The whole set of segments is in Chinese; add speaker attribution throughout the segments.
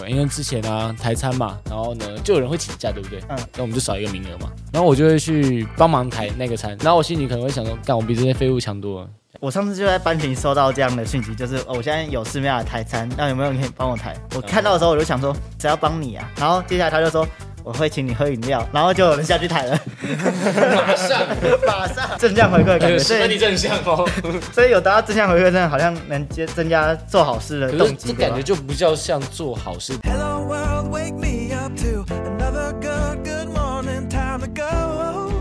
Speaker 1: 位，因为之前啊台餐嘛，然后呢就有人会请假，对不对？
Speaker 2: 嗯
Speaker 1: 那我们就少一个名额嘛，然后我就会去帮忙抬那个餐，然后我心里可能会想说，干我比这些废物强多了。
Speaker 2: 我上次就在班群收到这样的讯息，就是、哦我现在有寺庙的台餐，那有没有人可以帮我抬？
Speaker 1: 嗯
Speaker 2: 我看到的时候我就想说，谁要帮你啊？然后接下来他就说。我会请你喝饮料，然后就有人下去抬 了，
Speaker 3: 马上，
Speaker 2: 马上正向回馈的感觉，所
Speaker 3: 十分
Speaker 2: 以
Speaker 3: 地正向哦。
Speaker 2: 所以有得到正向回馈，真的好像能接增加做好事的
Speaker 1: 可
Speaker 2: 动
Speaker 1: 是这
Speaker 2: 机，对
Speaker 1: 感
Speaker 2: 吧
Speaker 1: 觉？就不叫像做好事，
Speaker 4: Hello world, wake me up to another good, good morning, time to go.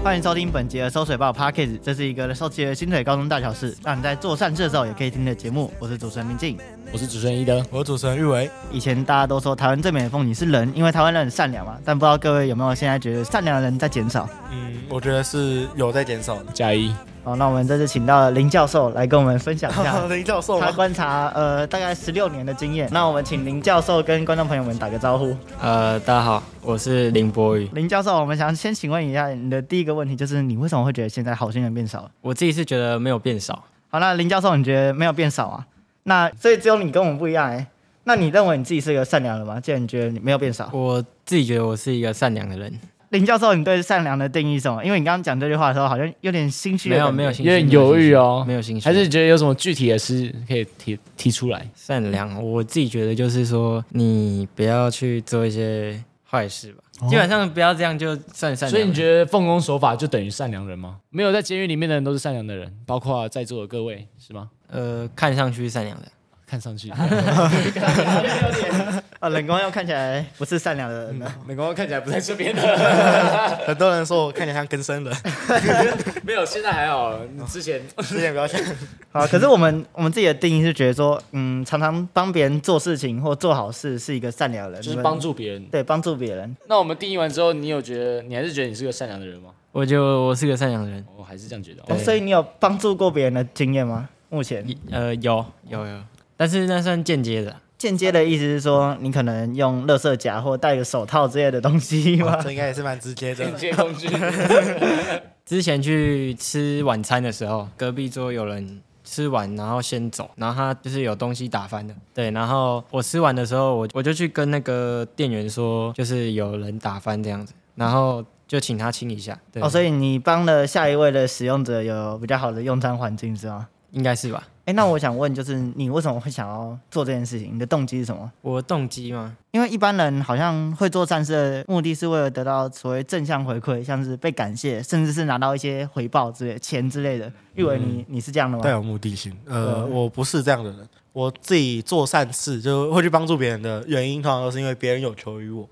Speaker 2: 欢迎收听本节的《收水报 p a c k a g e 这是一个收集了薪水高中大小事，让你在做善事的时候也可以听的节目。我是主持人明静。
Speaker 1: 我是主持人一德，
Speaker 5: 我主持人玉伟，
Speaker 2: 以前大家都说台湾最美的风景是人，因为台湾人很善良嘛。但不知道各位有没有现在觉得善良的人在减少？
Speaker 5: 嗯，我觉得是有在减 少的。
Speaker 1: 加一。
Speaker 2: 好，那我们这次请到了林教授来跟我们分享一下
Speaker 5: 林教授
Speaker 2: 他观察呃大概十六年的经验。那我们请林教授跟观众朋友们打个招呼。
Speaker 3: 呃，大家好，我是林博宇。
Speaker 2: 林教授，我们想先请问一下你的第一个问题，就是你为什么会觉得现在好心人变少了？
Speaker 3: 我自己是觉得没有变少，
Speaker 2: 好，那林教授，你觉得没有变少啊？那所以只有你跟我们不一样哎、那你认为你自己是个善良的吗？既然你觉得你没有变
Speaker 1: 哦
Speaker 2: 少，
Speaker 3: 我自己觉得我是一个善良的人，
Speaker 2: 林教授，你对善良的定义是什么？因为你刚刚讲这句话的时候，好像有点心虚。
Speaker 3: 没有 没有，
Speaker 1: 有
Speaker 3: 兴趣，
Speaker 1: 点犹豫哦，
Speaker 3: 没有兴趣，
Speaker 1: 还是觉得有什么具体的事可以提提出来？
Speaker 3: 善良。我自己觉得就是说，你不要去做一些坏事吧，基本上不要这样就算善
Speaker 1: 哦
Speaker 3: 良。
Speaker 1: 所以你觉得奉公守法就等于善良人吗？没有在监狱里面的人都是善良的人，包括在座的各位是吗？
Speaker 3: 呃，看上去是善良的，
Speaker 1: 看上去，
Speaker 2: 啊，冷光又看起来不是善良的人呢。
Speaker 1: 美光看起来不在这边的，
Speaker 5: 很多人说我看起来像根生人，
Speaker 1: 没有，现在还好。你之前
Speaker 2: 哦
Speaker 5: 之前不 要像。
Speaker 2: 好，可是我们我们自己的定义是觉得说，嗯，常常帮别人做事情或做好事是一个善良的人，
Speaker 1: 就
Speaker 2: 你
Speaker 1: 是
Speaker 2: 们
Speaker 1: 帮助别人。
Speaker 2: 对帮助别人。
Speaker 1: 那我们定义完之后，你有觉得你还是觉得你是个善良的人吗？
Speaker 3: 我觉得我是个善良的人。
Speaker 1: 我还是这样觉得。
Speaker 2: 哦、所以你有帮助过别人的经验吗？目前
Speaker 3: 呃，有有有，但是那算间接的啊，
Speaker 2: 间接的意思是说，你可能用垃圾夹或戴个手套之类的东西吗？
Speaker 5: 这应该也是蛮直接的
Speaker 1: 间。接 工具，
Speaker 3: 之前去吃晚餐的时候，隔壁桌有人吃完然后先走，然后他就是有东西打翻的，对，然后我吃完的时候，我我就去跟那个店员说，就是有人打翻这样子，然后就请他清一下，对，
Speaker 2: 哦，所
Speaker 3: 以
Speaker 2: 以你帮了下一位的使用者有比较好的用餐环境是吗？
Speaker 3: 应该是吧。
Speaker 2: 哎，那我想问，就是你为什么会想要做这件事情？你的动机是什么？
Speaker 3: 我动机吗？
Speaker 2: 因为一般人好像会做善事的目的是为了得到所谓正向回馈，像是被感谢，甚至是拿到一些回报之类、钱之类的。玉伟，
Speaker 5: 嗯
Speaker 2: 你你是这样的吗？
Speaker 5: 带有目的性。呃，
Speaker 2: 对
Speaker 5: 我不是这样的人，我自己做善事就会去帮助别人的原因，通常都是因为别人有求于我。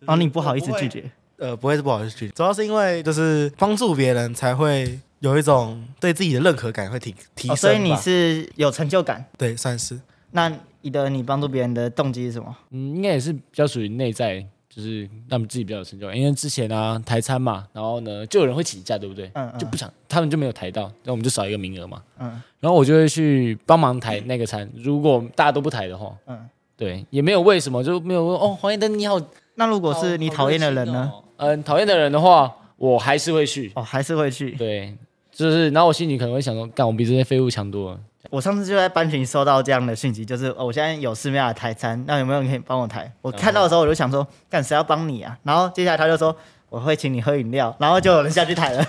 Speaker 2: 然
Speaker 5: 哦
Speaker 2: 哦后你不好意思拒
Speaker 5: 绝。
Speaker 2: 绝，
Speaker 5: 呃，不会是不好意思拒绝，主要是因为就是帮助别人才会有一种对自己的认可感会提提升、
Speaker 2: 哦，所以你是有成就感。
Speaker 5: 对算是
Speaker 2: 那你的你帮助别人的动机是什么？
Speaker 1: 嗯，应该也是比较属于内在，就是让自己比较有成就感。因为之前啊台餐嘛，然后呢就有人会请假，对不对？
Speaker 2: 嗯嗯
Speaker 1: 就不想他们就没有抬到，那我们就少一个名额嘛。
Speaker 2: 嗯
Speaker 1: 然后我就会去帮忙抬那个餐。如果大家都不抬的话，
Speaker 2: 嗯。
Speaker 1: 对，也没有为什么，就没有问哦，黄一灯你好，
Speaker 2: 那如果是你讨厌的人呢？
Speaker 1: 嗯、讨厌的人的话，我还是会去。
Speaker 2: 哦，还是会去。
Speaker 1: 对，就是，然后我心里可能会想说，干，我比这些废物强多了。
Speaker 2: 我上次就在班群收到这样的讯息，就是、哦、我现在有寺庙的台餐，那有没有人可以帮我抬？我看到的时候我就想说，干谁要帮你啊？然后接下来他就说我会请你喝饮料，然后就有人下去抬了，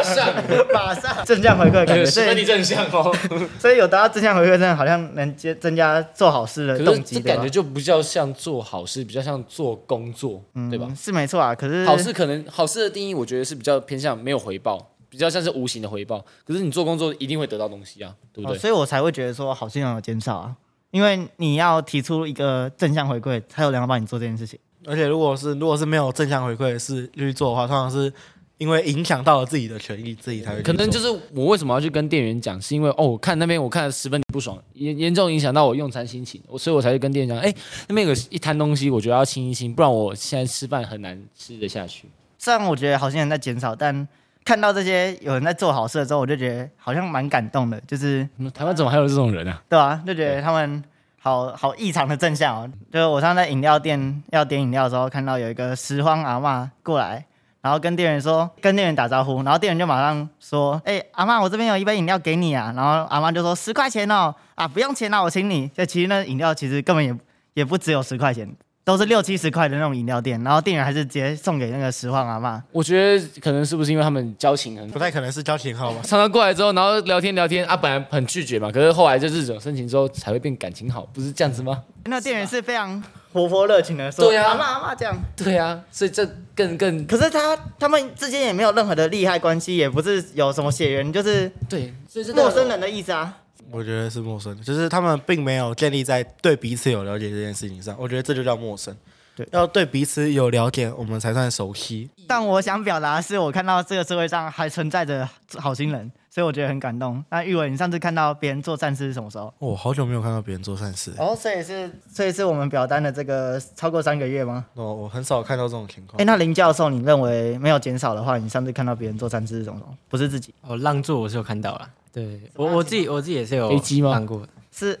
Speaker 3: 上，
Speaker 2: 马上正向回馈的感觉，所
Speaker 3: 十分地
Speaker 2: 以
Speaker 3: 正向哦。
Speaker 2: 所以有得到正向回馈，真的好像能接增加做好事的
Speaker 1: 可是
Speaker 2: 动
Speaker 1: 这
Speaker 2: 机，
Speaker 1: 感觉
Speaker 2: 对吧
Speaker 1: 就不叫像做好事，比较像做工作，对吧
Speaker 2: 嗯？是没错啊，可是
Speaker 1: 好事可能好事的定义，我觉得是比较偏向没有回报，比较像是无形的回报。可是你做工作一定会得到东西啊，对不
Speaker 2: 哦
Speaker 1: 对？
Speaker 2: 所以我才会觉得说好心人有减少啊，因为你要提出一个正向回馈，才有人要帮你做这件事情。
Speaker 5: 而且如果是如果是没有正向回馈的事去做的话，通常是因为影响到了自己的权益，自己才会去
Speaker 1: 可能
Speaker 5: 做
Speaker 1: 就是我为什么要去跟店员讲，是因为哦，我看那边我看了十分不爽，严严重影响到我用餐心情，我所以我才去跟店员讲，哎，那边有一摊东西，我觉得要清一清，不然我现在吃饭很难吃得下去。
Speaker 2: 虽然我觉得好心人在减少，但看到这些有人在做好事的时候，我就觉得好像蛮感动的，就是
Speaker 1: 嗯台湾怎么还有这种人啊？
Speaker 2: 对啊？就觉得他们好好异常的正向哦。就是我上次在饮料店要点饮料的时候，看到有一个拾荒阿嬷过来。然后跟店员说，跟店员打招呼，然后店员就马上说：“哎、阿嬷，我这边有一杯饮料给你啊。”然后阿嬷就说：“十块钱哦，啊，不用钱啊，我请你。”就其实那饮料其实根本也也不只有十块钱，都是六七十块的那种饮料店，然后店员还是直接送给那个拾荒阿嬷。
Speaker 1: 我觉得可能是不是因为他们交情很
Speaker 5: 不太可能是交情好吧？
Speaker 1: 常常过来之后，然后聊天聊天啊，本来很拒绝嘛，可是后来就日久生情之后才会变感情好，不是这样子吗？
Speaker 2: 那店员是非常活泼热情的，说
Speaker 1: 对啊
Speaker 2: 阿嬷阿嬷这样。
Speaker 1: 对啊，所以这更更
Speaker 2: 可是他他们之间也没有任何的利害关系，也不是有什么血缘，就是
Speaker 1: 对，所以这
Speaker 2: 陌生人的意思啊。
Speaker 5: 我觉得是陌生的，就是他们并没有建立在对彼此有了解这件事情上。我觉得这就叫陌生。
Speaker 2: 对
Speaker 5: 要对彼此有了解，我们才算熟悉。
Speaker 2: 但我想表达的是，我看到这个社会上还存在着好心人，所以我觉得很感动。那玉文，你上次看到别人做善事是什么时候？
Speaker 5: 我、好久没有看到别人做善事，
Speaker 2: 哦，所以是所以是我们表单的这个超过三个月吗？
Speaker 5: 哦，我很少看到这种情
Speaker 2: 哎、
Speaker 5: 况。
Speaker 2: 那林教授，你认为没有减少的话，你上次看到别人做善事是什么时候？不是自己，
Speaker 3: 哦，让座我是有看到啦。对我 我自己我自己也是有
Speaker 1: 飞机吗
Speaker 3: 让过的，
Speaker 2: 是
Speaker 1: 啊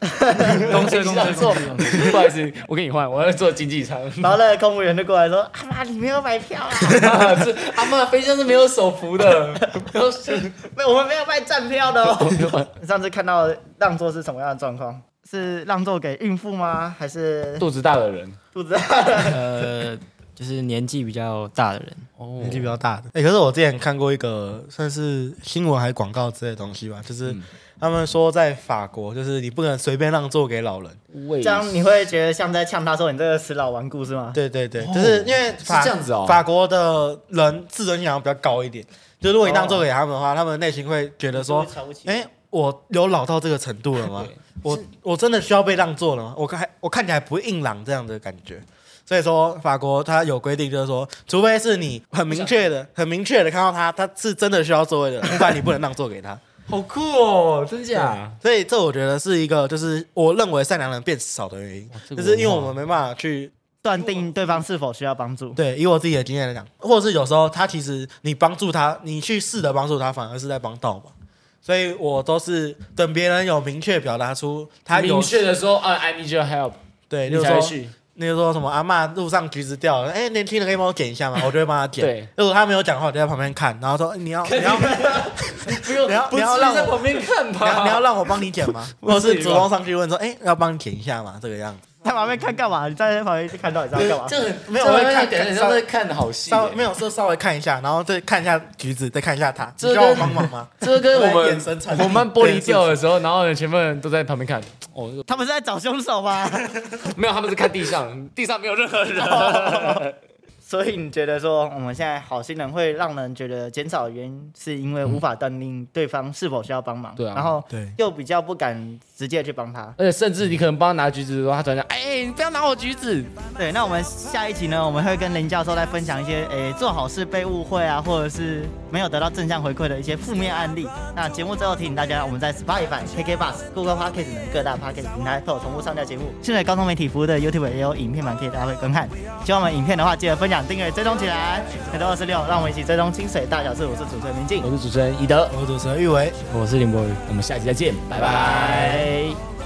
Speaker 3: 公车公车公车公车
Speaker 1: 不好意思，我跟你换，我要坐经 济舱。
Speaker 2: 然后那个公务员就过来说：“阿妈，你没有买 票啊，
Speaker 1: 这阿妈飞机是没有手扶的，不要
Speaker 2: 没有，我们没有卖站票的哦。”上次看到让座是什么样的状况？是让座给孕妇吗？还是
Speaker 1: 肚子大的人
Speaker 2: 肚子大的？
Speaker 3: 呃，就是年纪比较大的人，
Speaker 1: 哦
Speaker 5: 年纪比较大的。哎、可是我之前看过一个算是新闻还是广告之类的东西吧，就是
Speaker 1: 嗯
Speaker 5: 他们说在法国，就是你不能随便让座给老人。
Speaker 1: 胃
Speaker 2: 这样你会觉得像在呛他说你这个死老顽固是吗？
Speaker 5: 对对对，就是因为法
Speaker 1: 哦是这样子哦
Speaker 5: 法国的人自尊心好像比较高一点，就如果
Speaker 1: 哦
Speaker 5: 你让座给他们的话，他们内心会觉得说
Speaker 2: 就是瞧不起，
Speaker 5: 哎、我有老到这个程度了吗
Speaker 1: 对？
Speaker 5: 我我真的需要被让座了吗？我看我看起来不硬朗这样的感觉。所以说，法国它有规定，就是说，除非是你很明确的、很明确的看到他，他是真的需要座位的人，不然你不能让座给他。
Speaker 1: 好酷哦，真假？
Speaker 5: 所以这我觉得是一个，就是我认为善良人变少的原因
Speaker 1: 哇，这个
Speaker 5: 就是因为
Speaker 1: 文
Speaker 5: 我
Speaker 1: 化
Speaker 5: 们没办法去
Speaker 2: 断定对方是否需要帮助。
Speaker 5: 对，以我自己的经验来讲，或者是有时候他其实你帮助他，你去试着帮助他，反而是在帮倒忙。所以我都是等别人有明确表达出他有
Speaker 1: 明确的说啊，I need your help，
Speaker 5: 对，
Speaker 1: 你
Speaker 5: 例如
Speaker 1: 才
Speaker 5: 说
Speaker 1: 会，去。
Speaker 5: 例如说什么阿嬷路上橘子掉了，哎、年轻人可以帮我捡一下吗？我就会帮他捡。
Speaker 1: 对，
Speaker 5: 如果他没有讲话，我就在旁边看，然后说你要你要你
Speaker 1: 不用
Speaker 5: 你要
Speaker 1: 不至于
Speaker 5: 你要让我
Speaker 1: 在旁边看吧？
Speaker 5: 要你要让我帮你捡吗？或者
Speaker 1: 至于吧
Speaker 5: 是主动上去问说，哎、要帮你捡一下吗？这个样子。
Speaker 2: 他旁边看干嘛？你站在旁边看到你知道干嘛？
Speaker 1: 这很
Speaker 5: 没有
Speaker 1: 这
Speaker 5: 我会
Speaker 1: 很
Speaker 5: 看
Speaker 1: 感觉像在看好戏耶。
Speaker 5: 稍没有说稍微看一下，然后再看一下橘子，再看一下他，
Speaker 1: 这
Speaker 5: 你需要我
Speaker 1: 跟
Speaker 5: 帮忙吗？
Speaker 1: 这跟我
Speaker 5: 我的
Speaker 1: 们
Speaker 5: 眼神传递
Speaker 1: 我们玻璃掉的时候，然后呢，全部人都在旁边看。哦，
Speaker 2: 他们是在找凶手吗？
Speaker 1: 没有，他们是看地上，地上没有任何 人。
Speaker 2: 所以你觉得说我们现在好心人会让人觉得减少的原因，是因为无法断定对方是否需要帮忙，
Speaker 1: 对啊
Speaker 2: 然后
Speaker 5: 对
Speaker 2: 又比较不敢直接去帮他。
Speaker 1: 而且甚至你可能帮他拿橘子的时候，他突然讲：“哎，你不要拿我橘子。
Speaker 2: 对，那我们下一集呢，我们会跟林教授再分享一些诶、做好事被误会啊，或者是没有得到正向回馈的一些负面案例。那节目最后提醒大家，我们在 Spotify、KK Bus、Google Podcast 等各大 Podcast 平台都有同步上架节目。现在高通媒体服务的 YouTube 也有影片版可以搭配观看。喜欢我们影片的话，记得分享、订阅、追踪起来。每周二十六，让我们一起追踪清水大小事。我是主持人明”静
Speaker 1: 我，是主持人宜德，
Speaker 5: 我是主持人玉维。
Speaker 3: 我是林博宇。
Speaker 1: 我们下期再见，拜拜。
Speaker 2: 拜。